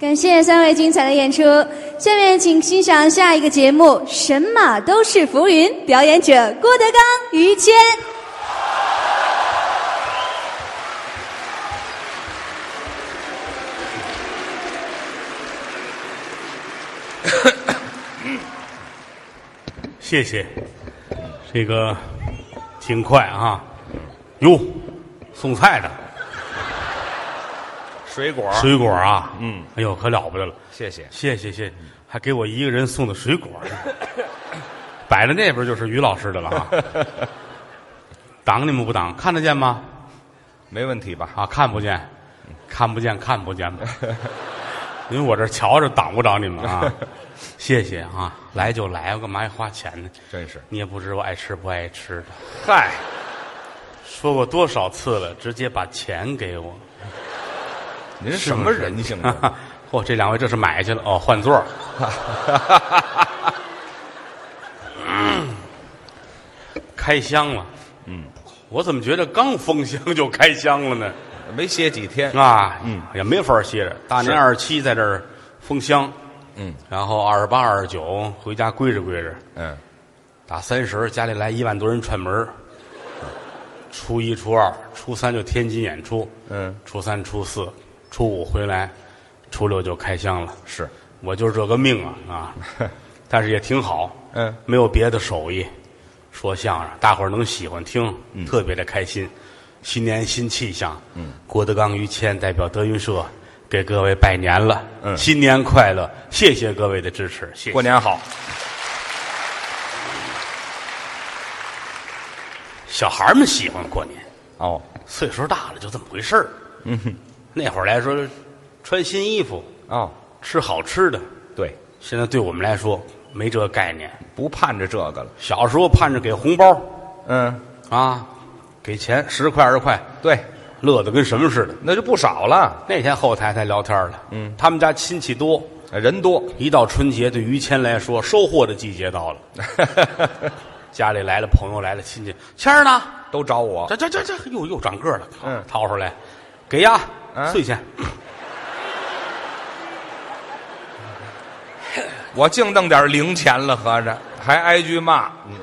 感谢三位精彩的演出。下面请欣赏下一个节目《神马都是浮云》，表演者郭德纲、于谦。谢谢，这个挺快啊。哟，送菜的水果，水果啊，嗯，哎呦，可了不得了，谢谢。谢谢谢，还给我一个人送的水果，摆在那边就是于老师的了啊。挡你们不挡？看得见吗？没问题吧？啊，看不见，看不见，看不见吧。因为我这瞧着挡不着你们啊。谢谢啊，来就来，我干嘛还花钱呢？真是，你也不知我爱吃不爱吃的，嗨，说过多少次了，直接把钱给我。您什么人 性啊？嚯、哦这两位这是买去了哦，换座儿。 嗯开箱了，嗯，我怎么觉得刚封箱就开箱了呢？没歇几天，啊，嗯，也没法歇着。大年是二十七在这儿封箱，嗯，然后二十八、二十九回家归置归置。嗯，打三十家里来一万多人串门儿初一、初二、初三就天津演出，嗯，初三、初四、初五回来，初六就开箱了。是，我就是这个命 啊啊！但是也挺好，嗯，没有别的手艺，说相声，大伙儿能喜欢听，嗯特别的开心。新年新气象，嗯，郭德纲、于谦代表德云社给各位拜年了，嗯新年快乐！谢谢各位的支持，谢谢。过年好，小孩儿们喜欢过年，哦，岁数大了就这么回事儿。嗯哼，那会儿来说，穿新衣服，哦，吃好吃的，对，现在对我们来说没这个概念。不盼着这个了，小时候盼着给红包嗯，啊，给钱十块二十块，对，乐得跟什么似的。那就不少了，那天后台才聊天了，嗯，他们家亲戚多，人多， 一到春节，对于谦来说，收获的季节到了。嗯家里来了朋友来了亲戚，谦儿呢？都找我这，这这这又又长个儿了，嗯掏出来，给呀，嗯碎钱。我净弄点零钱了，合着还挨句骂，嗯，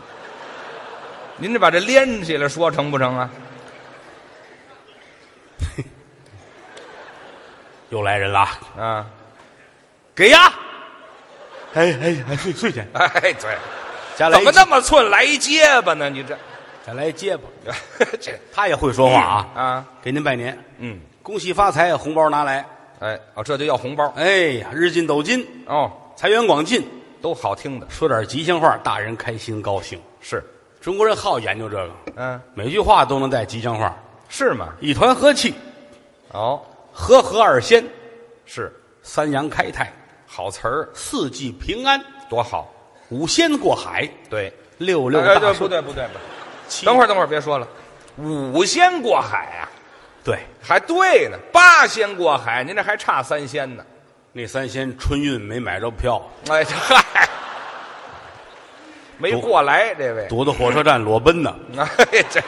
您这把这连起来说成不成啊？又来人了啊，啊，给呀！哎哎哎，碎碎钱，哎，对，再来怎一么那么寸来一结巴呢？你这， 再来一结巴，这他也会说话啊啊，给您拜年，嗯，恭喜发财，红包拿来。哎，哦，这就要红包，哎呀，日进斗金，哦，财源广进，都好听的，说点吉祥话，大人开心高兴。是，中国人好研究这个，嗯，每句话都能带吉祥话。是吗？一团和气，哦，和和二仙，是三阳开泰，好词儿，四季平安，多好。五仙过海，对，六六哎，大对，顺不。对，不对，不对。七等会儿，等会儿，别说了，五仙过海啊，对，还对呢，八仙过海，您这还差三仙呢。那三仙春运没买着票，哎，这嗨，没过来这位。堵到火车站裸奔呢，哎，这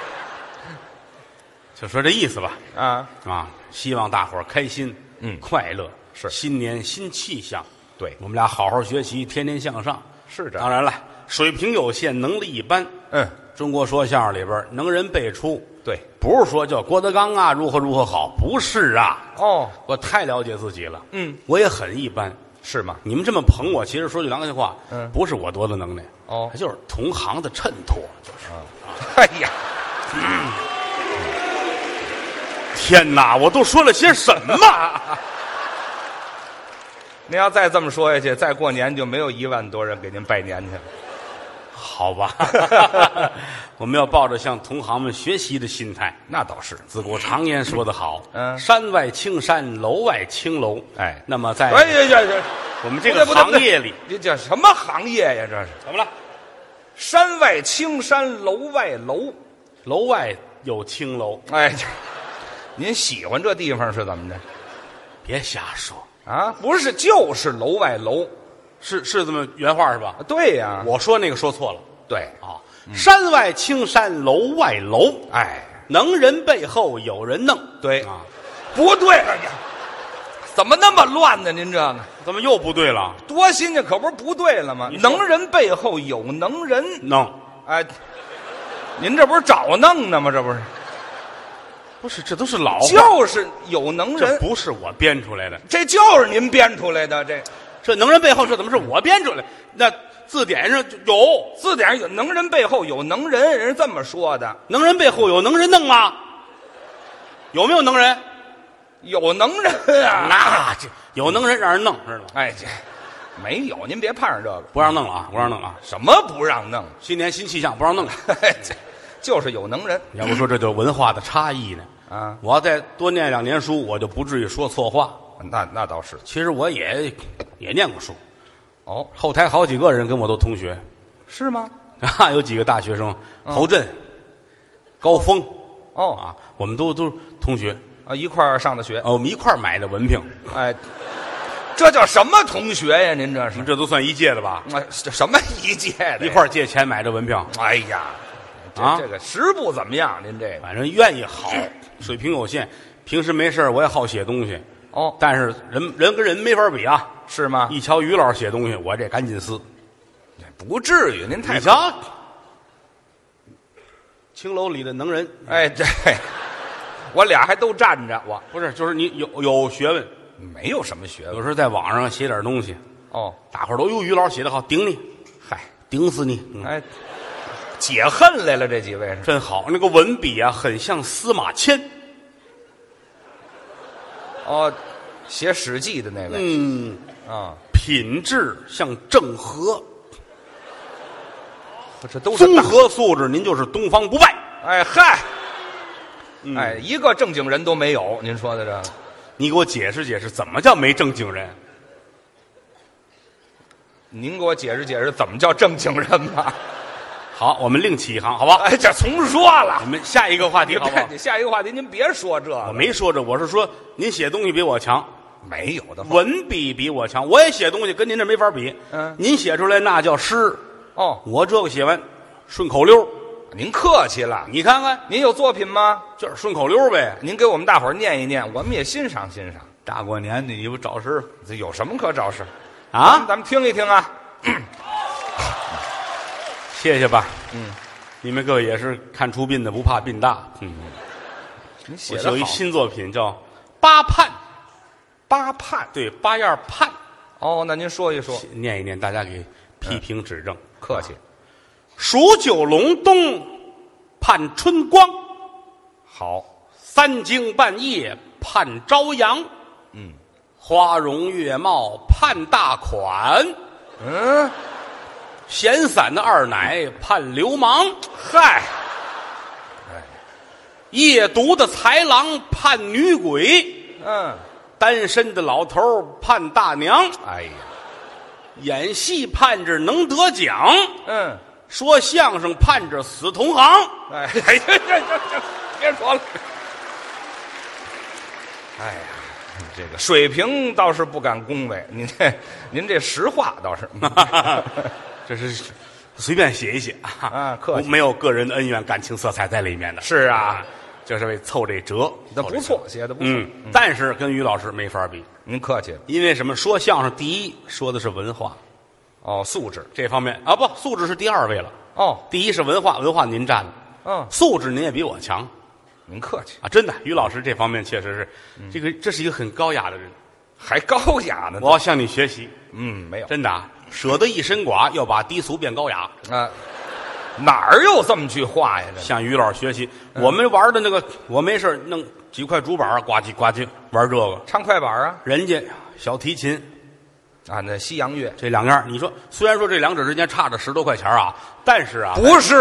就说这意思吧。啊，啊，希望大伙儿开心，嗯快乐是新年新气象。对我们俩好好学习，天天向上。是这样当然了，水平有限，能力一般。嗯，中国说相声里边儿能人辈出，对，不是说叫郭德纲啊如何如何好，不是啊，哦，我太了解自己了。嗯，我也很一般。是吗？你们这么捧我，其实说句良心话，嗯不是我多大能耐，哦就是同行的衬托，就是。哎呀，天哪，我都说了些什么？啊您要再这么说下去，再过年就没有一万多人给您拜年去了。好吧， 我们要抱着向同行们学习的心态。那倒是，自古常言说得好，嗯山外青山，楼外青楼。哎那么在哎呀呀呀，我们这个不对不行对业里，这叫什么行业呀？这是怎么了？山外青山，楼外楼。楼外有青楼，哎，这您喜欢这地方是怎么着别瞎说，啊？不是，就是楼外楼。是是这么原话是吧？对呀、我说那个说错了对，嗯啊，山外青山，楼外楼，哎，能人背后有人弄。对啊，不对？哎呀，怎么那么乱呢？您这个怎么又不对了？多新鲜，可不是不对了吗？说能人背后有能人，弄，哎，您这不是找弄呢吗？这不是，不是，这都是老话，就是有能这人，不是我编出来的。这就是您编出来的。这这能人背后这怎么是我编出来？那字典上就有字典上有能人背后有能人，人是这么说的。能人背后有能人弄吗？有没有能人？有能人啊，那这有能人让人弄知道吗？哎，这没有，您别盼着这个。不让弄了啊！不让弄了啊！什么不让弄？ 新年新气象，不让弄了。嘿这就是有能人要不说这就是文化的差异呢。啊，我要再多念两年书，我就不至于说错话。那那倒是其实我也也念过书，哦，后台好几个人跟我都同学 是吗？啊，有几个大学生，嗯侯震、高峰哦啊，我们都都是同学，啊，一块儿上的学，啊，我们一块儿买的文凭，哎，这叫什么同学呀？您这是这都算一届的吧？啊，这什么一届的？一块，儿借钱买的文凭，哎呀，这、啊这个实不怎么样，您这个反正愿意好，水平有限。平时没事儿我也好写东西，哦，但是人人跟人没法比啊。是吗？一瞧于老师写东西，我这赶紧撕。不至于，您太你瞧，青楼里的能人哎，对，我俩还都站着，我不是，就是你有有学问，没有什么学有问时候在网上写点东西，哦，大伙儿都哟，于老师写的好，顶你，嗨，顶死你，嗯哎，解恨来了，这几位是。真好。那个文笔啊，很像司马迁，哦，写《史记》的那位。嗯，啊，品质像郑和，这都是综大。合素质您就是东方不败。哎嗨，嗯哎，，一个正经人都没有。您说的这，你给我解释解释，怎么叫没正经人？您给我解释解释，怎么叫正经人吧？好，我们另起一行，好不好？哎，这重说了我。们下一个话题您好不好？别，下一个话题您别说这我个，没说这，我是说您写东西比我强，没有的话。文笔比我强，我也写东西跟您这没法比。嗯您写出来那叫诗，哦，我这个写完顺口溜，您客气了。你看看您有作品吗？就是顺口溜呗。您给我们大伙儿念一念，我们也欣赏欣赏。大过年的，你不找诗这有什么可找事？啊？咱们听一听啊。谢谢吧，嗯，你们各位也是看出殡的不怕殡大。嗯，您写我的有一好。新作品叫《八盼》，八盼。对，八样盼，哦，那您说一说，念一念，大家给批评指正。客气。嗯数九隆冬，盼春光；好，三更半夜盼朝阳。嗯，花容月貌盼大款，嗯。闲散的二奶盼流氓，嗨，夜读的豺狼盼女鬼，嗯，单身的老头儿盼大娘，哎呀，演戏盼着能得奖，嗯，说相声盼着死同行。 哎，哎呀，这这这，别说了。哎呀，这个水平倒是不敢恭维，您这您这实话倒 是。 这是随便写一写啊啊客气没有个人的恩怨、感情色彩在里面的。是啊，就是为凑这折，那凑这不折错，。写的不错。嗯，但是跟于老师没法比，您客气了。因为什么？说相声第一说的是文化哦，素质。这方面啊，不，素质是第二位了，哦，第一是文化，文化您占了，嗯，素质您也比我强您客气，啊，真的，于老师这方面确实是，嗯这个这是一个很高雅的人，还高雅呢。我要向你学习，嗯，没有真的啊，舍得一身剐，要把低俗变高雅，啊，哪儿有这么句话呀？这向于老师学习。我们玩的那个，我没事儿弄几块竹板儿呱唧呱唧玩这个。唱快板啊人家小提琴啊，那西洋乐这两样儿，你说虽然说这两者之间差着十多块钱儿啊，但是啊，不是，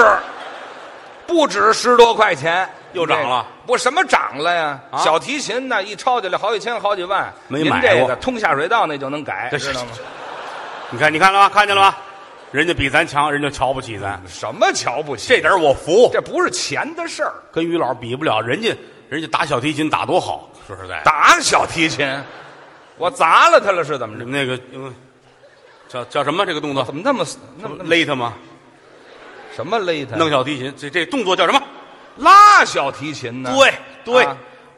不止十多块钱，又涨了这个。不，什么涨了呀？啊小提琴呢，一抄起来好几千、好几万。没您买这过个通下水道那就能 改，这知道吗？ 你看你看了吗？看见了吗？人家比咱强，人家瞧不起咱，什么瞧不起？这点儿我服。这不是钱的事儿。跟于老师比不了，人家人家打小提琴打多好，说实在的，打小提琴，我砸了他了是怎么着？那个嗯叫叫什么这个动作？怎么那么那么那么勒他吗？什么勒他？弄小提琴，这这动作叫什么？拉小提琴呢？对对啊，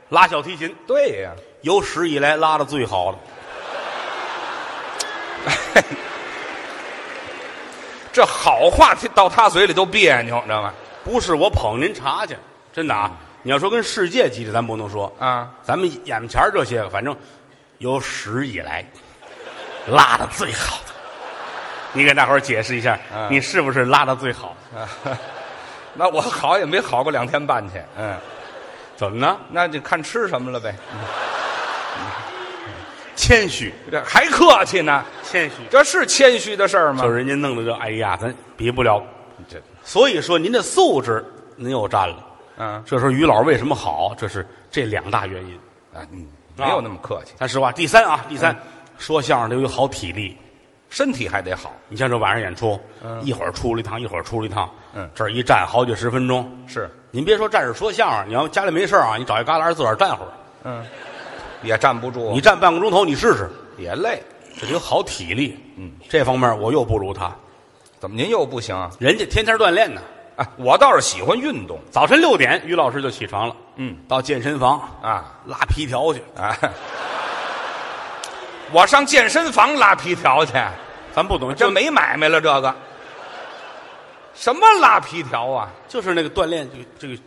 拉小提琴。对呀，有史以来拉的最好的。这好话听到他嘴里都别扭，知道吗？不是我捧您茶去，真的啊！你要说跟世界级的，咱不能说啊，咱们眼前儿这些个，反正有史以来拉的最好的。你给大伙儿解释一下，嗯你是不是拉的最好？ 那我好也没好过两天半去，嗯，怎么呢？那就看吃什么了呗。谦虚，这还客气呢？谦虚，这是谦虚的事儿吗？就是人家弄的这，哎呀，咱比不了。这，所以说，您的素质您又占了。嗯这时候于老为什么好？这是这两大原因。啊，嗯没有那么客气，咱实话，第三啊，第三，说相声得有好体力。身体还得好。你像这晚上演出，一会儿出了一趟，一会儿出了一趟，嗯这儿一站好几十分钟。是，您别说站着说相声，你要家里没事儿啊，你找一旮旯自个儿站会儿，嗯，也站不住，你站半个钟头，你试试，也累。这得有好体力。嗯，这方面我又不如他，怎么您又不行啊？人家天天锻炼呢。啊，我倒是喜欢运动早晨六点，于老师就起床了，嗯，到健身房啊拉皮条去。啊！ 我上健身房拉皮条去，咱不懂，这就没买卖了。这个什么拉皮条啊？就是那个锻炼，这个这个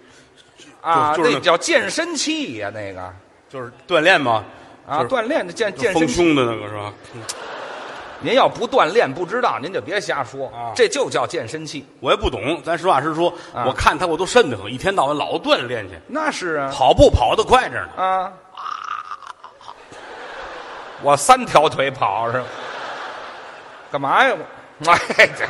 啊，就是那那叫健身器呀、那个就是锻炼嘛，啊，就是锻炼的健健丰身器。胸的那个是吧？您要不锻炼不知道，您就别瞎说啊这就叫健身器。我也不懂，咱实话实说，啊我看他我都瘆得慌，一天到晚老锻炼去，那是啊，跑步跑得快着呢。啊，我三条腿跑是吧？干嘛呀？我 哎，这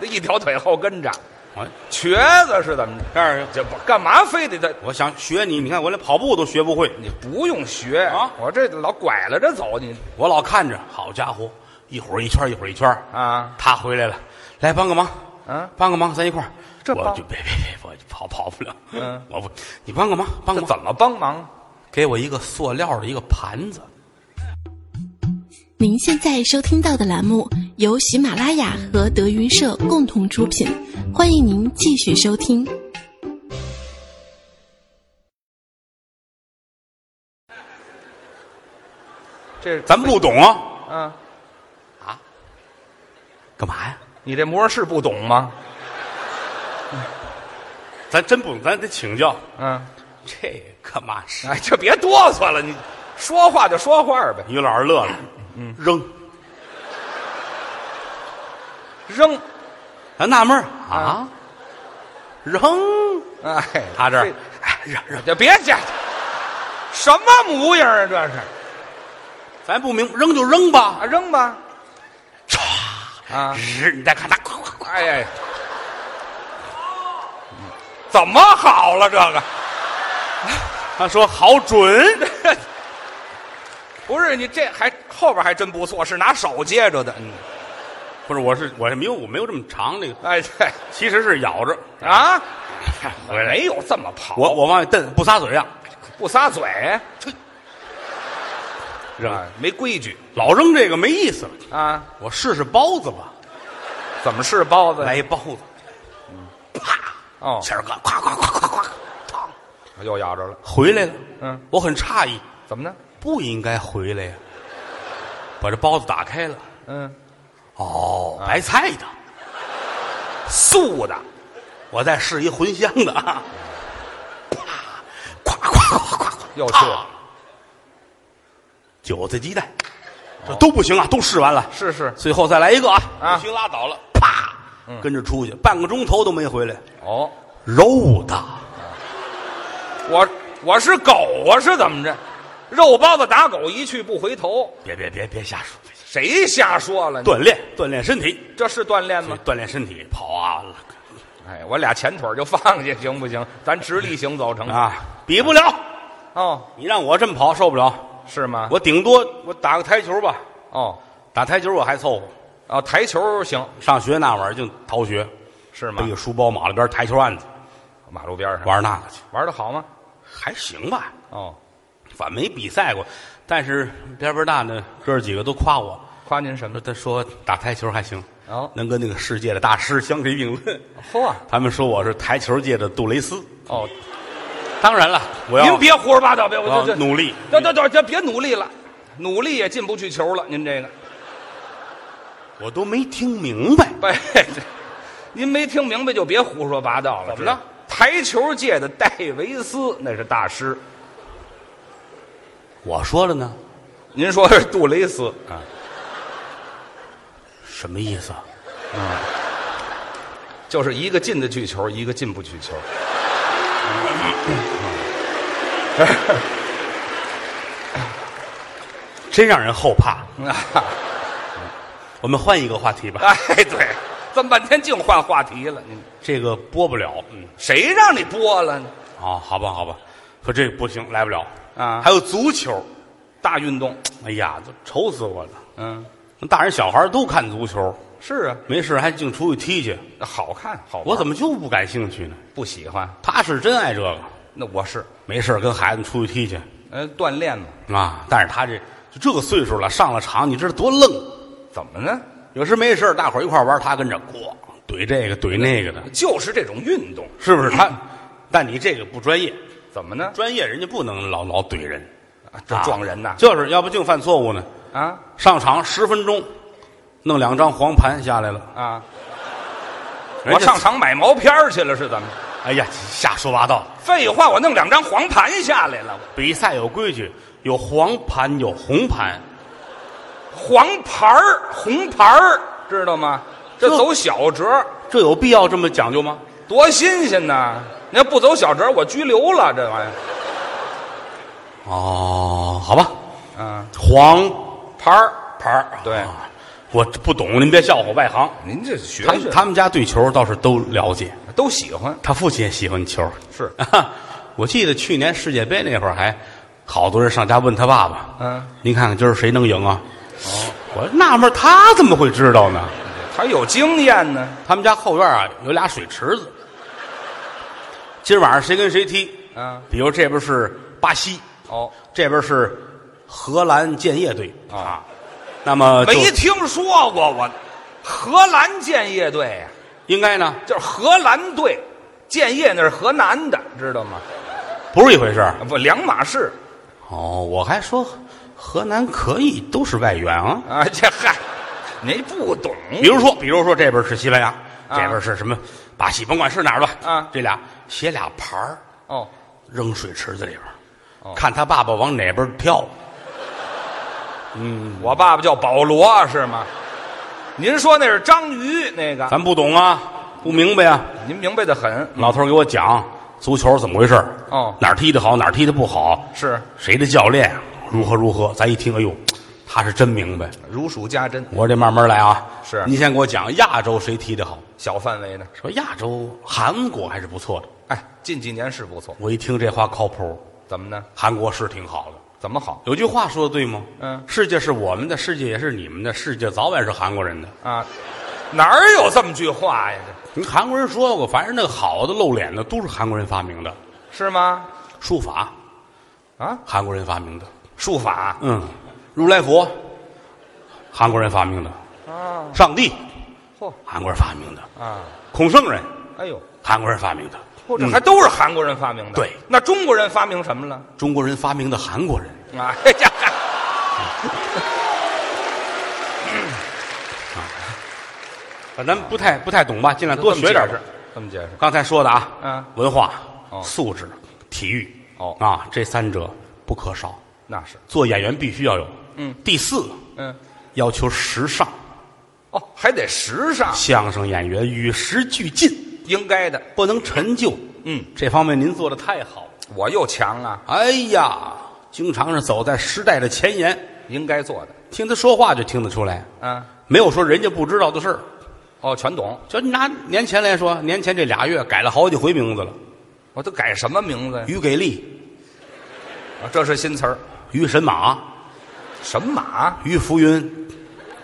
这一条腿后跟着，哎，瘸子是怎么着？这儿这不干嘛非得这？我想学你，你看我连跑步都学不会，你不用学啊我这老拐了着走，你我老看着，好家伙，一会儿一圈，一会儿一圈。啊他回来了，来帮个忙，啊，帮个忙，咱一块儿。这我帮就别别别，我就跑跑不了。嗯，我不，你帮个忙，帮个这忙，怎么帮忙？给我一个塑料的一个盘子。您现在收听到的栏目由喜马拉雅和德云社共同出品，欢迎您继续收听。这咱不懂啊，啊，干嘛呀？你这模式不懂吗？咱真不懂，咱得请教。嗯、这干嘛是？哎，这别哆嗦了，你说话就说话呗，于老师乐了，嗯，扔。扔。咱纳闷儿啊，扔 哎，他这儿非，哎，扔扔，这别介，什么模样啊？这是咱不明扔就扔吧。啊，扔吧唰，啊！日，你再看他，咵咵咵，哎呀，呀怎么好了？这个他说好准， 不是你这还后边还真不错，是拿手接着的。嗯，不是，我是我是没有我没有这么长这个，哎对其实是咬着，啊，回来没有这么跑，我我往外蹬，不撒嘴啊，不撒嘴，扔，啊，没规矩老扔这个没意思了，啊。我试试包子吧，怎么是包子呀？来一包子，哦，谦儿哥，咵咵咵咵咵，嘡又咬着了。回来了，嗯，我很诧异，怎么呢？不应该回来呀，把这包子打开了，嗯，哦，白菜的。素的我再试一茴香的啊！嗯咵，咵咵咵咵咵，又去了啊韭菜鸡蛋，这都不行啊，都试完了，是是最后再来一个啊，啊嗯不行拉倒了，啪，跟着出去，半个钟头都没回来，哦。肉的，我我是狗啊，是怎么着？肉包子打狗，一去不回头。别别别别瞎说，别瞎谁瞎说了？说，锻炼锻炼身体，这是锻炼吗？锻炼身体，跑啊哎，我俩前腿就放下，行不行？咱直立行走成？啊，比不了，哦，你让我这么跑受不了，是吗？我顶多我打个台球吧，哦打台球我还凑合，哦，台球行上学那会儿净逃学。是吗背？个书包，马路边台球案子马路边上玩那个去，哎玩的好吗？还行吧，哦，反正没比赛过。但是边边大那哥儿几个都夸我，夸您什么说？他说打台球还行，哦能跟那个世界的大师相提并论。嚯、他们说我是台球界的杜蕾斯，哦，当然了，我要您别胡说八道，别我我要这这努力，这这这这别努力了，努力也进不去球了。您这个，我都没听明白。 哎，这您没听明白就别胡说八道了。怎么了？台球界的戴维斯那是大师，我说了呢，您说是杜蕾斯？什么意思啊？就是一个进得去球，一个进不去球。 真让人后怕。啊，我们换一个话题吧，哎，对，这么半天净换话题了。您这个播不了。嗯，谁让你播了呢？哦，好吧，好吧，说这个不行，来不了啊还有足球，大运动，哎呀，都愁死我了。嗯，大人小孩都看足球，是啊，没事还净出去踢去，好看，好玩。我怎么就不感兴趣呢？不喜欢？他是真爱这个，那我是，没事跟孩子出去踢去呃，锻炼嘛。啊。但是他这就这个岁数了，上了场，你知道多愣。怎么呢？有时没事大伙儿一块玩，他跟着咣怼这个怼那个的，就是这种运动，是不是他？但你这个不专业，怎么呢？专业人家不能老老怼人，啊这撞人呐！就是要不净犯错误呢。啊上场十分钟，弄两张黄盘下来了，啊！人我家上，场买毛片儿去了，是怎么？哎呀，瞎说八道。废话，我弄两张黄盘下来了，比赛有规矩，有黄盘，有红盘。黄牌儿、红牌儿，知道吗？这这走小折，这有必要这么讲究吗？多新鲜呐！你要不走小折，我拘留了，这玩意哦，好吧，儿啊，黄牌儿。牌儿对啊我不懂，您别笑话，外行。您这学他们他们家对球倒是都了解，都喜欢，他父亲也喜欢球。 是我记得去年世界杯那会儿还好多人上家问他爸爸，嗯，哦您看看今儿谁能赢啊？我纳闷他怎么会知道呢？他有经验呢。他们家后院啊有俩水池子，今晚上谁跟谁踢？啊，比如这边是巴西，哦，这边是荷兰建业队啊，那么就没听说过我，荷兰建业队呀、应该呢就是荷兰队，建业那是河南的，知道吗？不是一回事儿啊不，两码事哦，我还说河南可以都是外援啊。啊！这嗨，您不懂，比如说，比如说这边是西班牙，啊这边是什么巴西，甭管是哪儿吧，啊这俩写俩牌儿哦，扔水池子里边儿，看他爸爸往哪边跳。我爸爸叫保罗啊是吗？您说那是章鱼那个，咱不懂啊，不明白啊。您明白的很老头儿给我讲足球怎么回事儿哦哪儿踢得好，哪儿踢得不好，是谁的教练啊如何如何。咱一听，哎呦，他是真明白。如数家珍，我这慢慢来啊。是您先给我讲亚洲谁踢得好？小范围的。说亚洲韩国还是不错的。哎，近几年是不错，我一听这话靠谱，怎么呢？韩国是挺好的。怎么好有句话说的对吗？嗯世界是我们的，世界也是你们的，世界早晚是韩国人的。啊？哪儿有这么句话呀？这你韩国人说过，凡是那个好的、露脸的，都是韩国人发明的。是吗？书法，啊，韩国人发明的。术法嗯，如来佛，韩国人发明的；啊，上帝，嚯韩国人发明的；啊，孔圣人，哎呦，韩国人发明的；嚯，这还都是韩国人发明的。嗯对那中国人发明什么了？嗯中国人发明的韩国人。啊，哎呀，啊，咱不太不太懂吧，尽量 多学点儿这。这么解释。刚才说的啊，嗯文化、哦素质、体育，哦啊，这三者不可少。那是，做演员必须要有。嗯，第四嗯，要求时尚，哦，还得时尚，相声演员与时俱进，应该的。不能陈旧。嗯，这方面您做的太好了。我又强啊，哎呀，经常是走在时代的前沿，应该做的。听他说话就听得出来，嗯，没有说人家不知道的事儿。哦，全懂。就拿年前来说，年前这俩月改了好几回名字了，我都改什么名字呀？于给力、啊这是新词儿，于神马、神马？于浮云、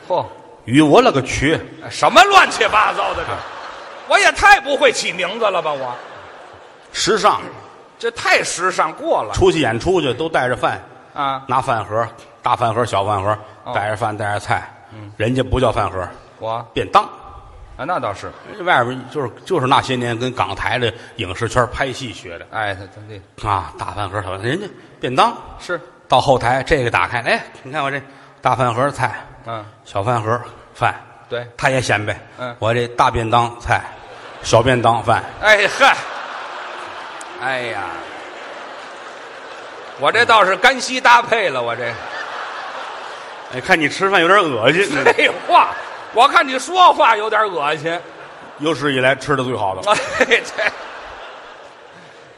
嚯，于我勒个去！什么乱七八糟的这？我也太不会起名字了吧！我时尚，这太时尚过了出去演出去都带着饭，啊！拿饭盒，大哦饭盒、小饭盒，带着饭带着菜，人家不叫饭盒，我便当，啊，那倒是，外边就是就是那些年跟港台的影视圈拍戏学的哎，他他这啊，大饭盒小人家便当是，到后台这个打开，哎，你看我这大饭盒菜，嗯，小饭盒饭，对，他也显摆，嗯我这大便当菜，小便当饭，哎嗨，哎呀，我这倒是干稀搭配了，我这哎，看你吃饭有点恶心，废话，我看你说话有点恶心。 有史以来吃的最好的 哎，这，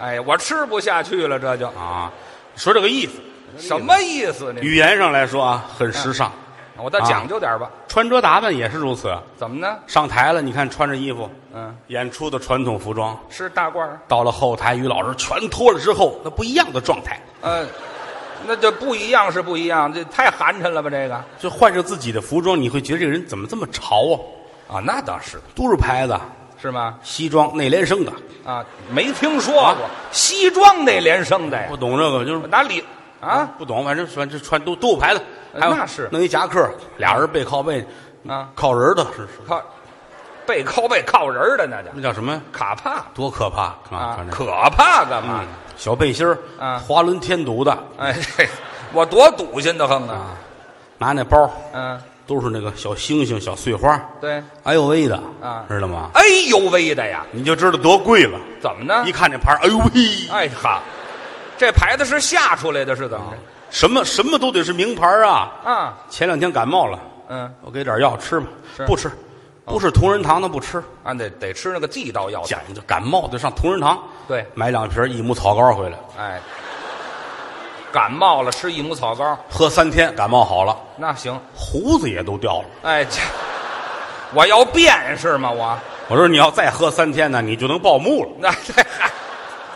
哎，我吃不下去了，这就啊，说这个意思，什么意思啊呢？语言上来说啊，很时尚，我倒讲究点吧，穿着打扮也是如此。怎么呢？上台了，你看穿着衣服，嗯，演出的传统服装，是大褂儿，到了后台，于老师全脱了之后，那不一样的状态，嗯、那就不一样是不一样，这太寒碜了吧？这个就换上自己的服装，你会觉得这个人怎么这么潮啊？啊，那倒是，都是牌子，是吗？西装内联升的，啊，没听说过西装那连升的呀不，懂这个就是哪里啊？不懂，反正反正穿都都有牌子，呃还有那是弄一夹克，俩人背靠背，啊靠人的是是靠背靠背靠人儿的那叫那叫什么？卡帕多可怕啊！嗯啊穿，这可怕干嘛嗯？小背心儿，啊滑轮天堵的，哎，嘿我多堵心的很啊！拿那包嗯，都是那个小星星、小碎花，对，哎呦喂的啊知道吗？哎呦喂的呀，你就知道多贵了。怎么呢一？看这牌儿，哎呦喂，啊哎哈，这牌子是吓出来的，是怎么着？什么什么都得是名牌儿啊！啊，前两天感冒了，嗯，我给点药吃吧是，哦不吃，不是同仁堂的不吃，啊，得得吃那个地道药材。讲究感冒得上同仁堂，对买两瓶益母草膏回来，哎，感冒了吃益母草膏，喝三天，感冒好了，那行。胡子也都掉了。哎，这我要变是吗？我我说你要再喝三天呢，你就能报幕了。那这嗨，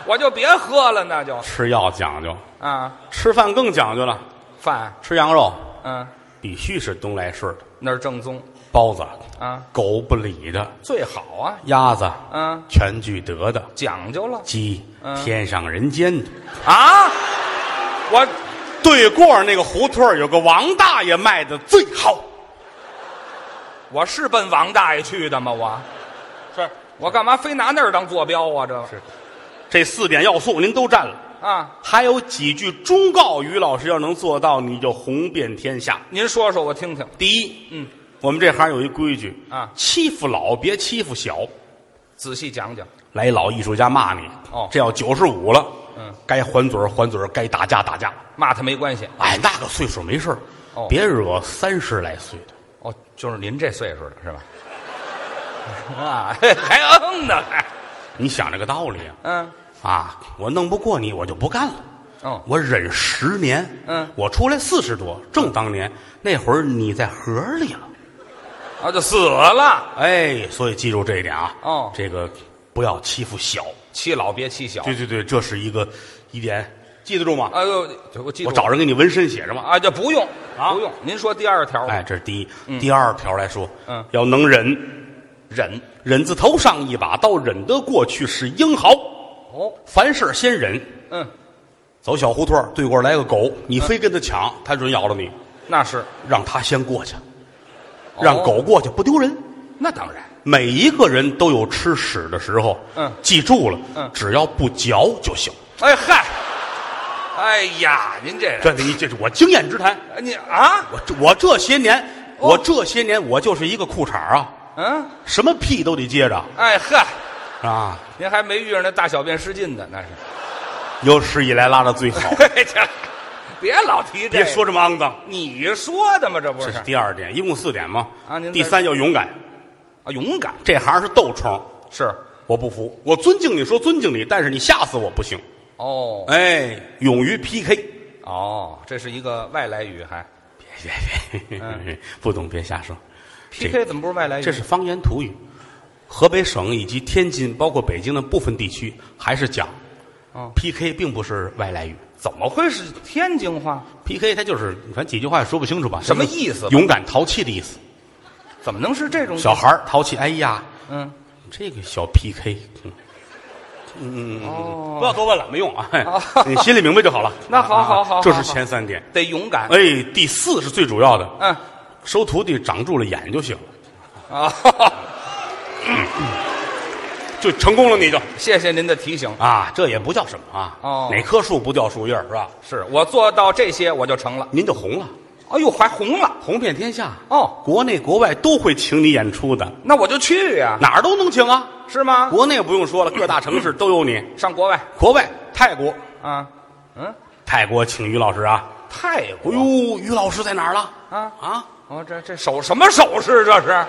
我就别喝了，那就吃药讲究，啊，吃饭更讲究了，饭吃羊肉嗯，必须是东来顺的，那是正宗包子啊，狗不理的，最好啊，鸭子嗯，全聚德的，讲究了鸡嗯天上人间的。啊，我对过那个胡同儿有个王大爷卖的最好，我是奔王大爷去的吗？我是我干嘛非拿那儿当坐标啊？这是，这四点要素您都占了，啊，还有几句忠告，于老师要能做到，你就红遍天下。您说说我听听。第一，嗯，我们这行有一规矩啊欺负老别欺负小。仔细讲讲。来一老艺术家骂你，哦这要九十五了，嗯，该还嘴儿还嘴儿，该打架打架。骂他没关系。哎，那个岁数没事儿哦别惹三十来岁的。哦，就是您这岁数的是吧？ 啊， 还嗯呢，还你想这个道理啊？嗯，啊，我弄不过你，我就不干了。哦，我忍十年，嗯我出来四十多，正当年，那会儿你在盒里了，啊，就死了。哎，所以记住这一点啊，哦这个不要欺负小，欺老别欺小。对对对，这是一个一点，记得住吗？哎呦，就我记住我找人给你纹身写着吗？啊，就不用啊不用。您说第二条，哎，这是第一，第二条来说，啊嗯要能忍，忍忍字头上一把刀，忍得过去是英豪。哦，凡事先忍，嗯，走小胡同儿对过来个狗，你非跟他抢，他准咬了你，那是让他先过去，让哦狗过去不丢人。那当然每一个人都有吃屎的时候，嗯记住了，嗯只要不嚼就行。哎嗨，哎呀，您这这你这是我经验之谈。哎你啊，我这我这些年，哦我这些年我就是一个裤衩啊，嗯，什么屁都得接着哎嗨，啊，您还没遇上那大小便失禁的，那是。。有史以来拉的最好 嘿这别老提这别个，说这么肮脏。你说的吗？这不这是是第二点，一共四点嘛。啊您再第三要勇敢，啊，勇敢这行是斗虫，是我不服，我尊敬你，说尊敬你，但是你吓死我不行。哦哎，勇于 PK，哦，这是一个外来语，还别别别， 不懂别瞎说。这 PK 怎么不是外来语？这是方言土语，河北省以及天津，包括北京的部分地区还是讲。哦 PK 并不是外来语怎么会是天津话？ ，PK 它就是反正几句话也说不清楚吧？什么就是意思吧嗯勇敢淘气的意思。怎么能是这种小孩儿淘气，哎呀，嗯这个小 PK，嗯嗯嗯嗯，不要多问了，没用啊哦， 你心里明白就好了。 那好啊好好这好是好前三点。得勇敢？哎，第四是最主要的，嗯收徒弟长住了眼就行了。啊，就成功了，你就 谢谢您的提醒。啊，这也不叫什么啊。哦哪棵树不掉树叶儿是吧？是我做到这些我就成了。您就红了，哎呦，还红了红遍天下。哦，国内国外都会请你演出的，那我就去呀、哪儿都能请啊。是吗？国内不用说了，各大城市都有你。上国外国外，泰国，啊，嗯，泰国请于老师啊。泰哎国。呦，于老师在哪儿了？啊啊，哦，这这手什么手势？这是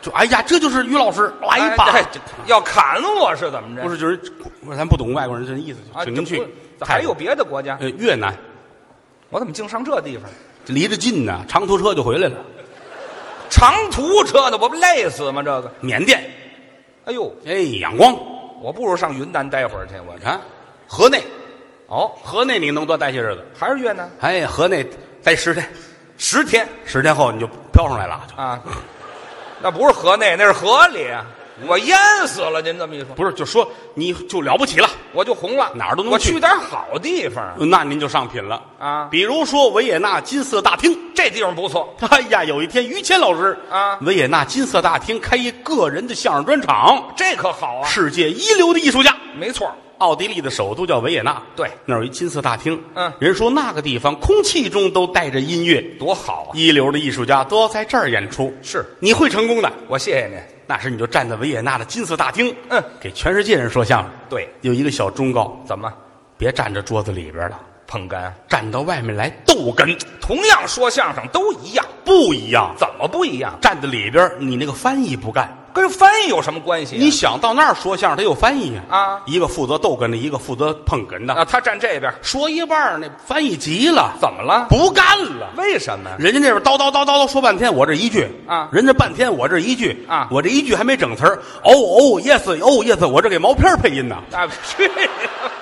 就哎呀，这就是于老师，来吧。哎这要砍我是怎么着？不是，就是咱不懂外国人这意思，啊，请您去这不。泰还国有别的国家？呃越南，我怎么净上这地方？离着近呢，长途车就回来了。长途车的，我不累死吗？这个，缅甸，哎呦，哎，仰光，我不如上云南待会儿去。我你这看，河内，哦，河内你能多待些日子。还是越南哎，河内待十天，十天十天后你就飘上来了。就啊，那不是河内，那是河里啊！我淹死了，您这么一说，不是，就说你就了不起了，我就红了，哪儿都能我去去点好地方，那您就上品了啊比如说维也纳金色大厅。 这地方不错。哎呀，有一天于谦老师啊维也纳金色大厅开一个人的相声专场，这可好啊！世界一流的艺术家。没错儿，奥地利的首都叫维也纳，对那儿有一金色大厅。嗯人说那个地方空气中都带着音乐，多好啊！一流的艺术家都要在这儿演出，是你会成功的。我谢谢您。那时你就站在维也纳的金色大厅，嗯给全世界人说相声。对，有一个小忠告：怎么别站着桌子里边了，捧哏？啊站到外面来逗哏，同样说相声都一样，不一样。怎么不一样？站在里边，你那个翻译不干。跟翻译有什么关系啊、你想到那儿说相声，他有翻译呀啊一个负责逗哏的，一个负责捧哏的。啊，他站这边儿，说一半儿那翻译急了，怎么 了？不干了。为什么呀？人家那边叨叨叨叨叨说半天，我这一句啊人家半天我这一句啊我这一句还没整词儿，哦哦，yes，哦 yes，我这给毛片儿配音呢。啊，去你的吧！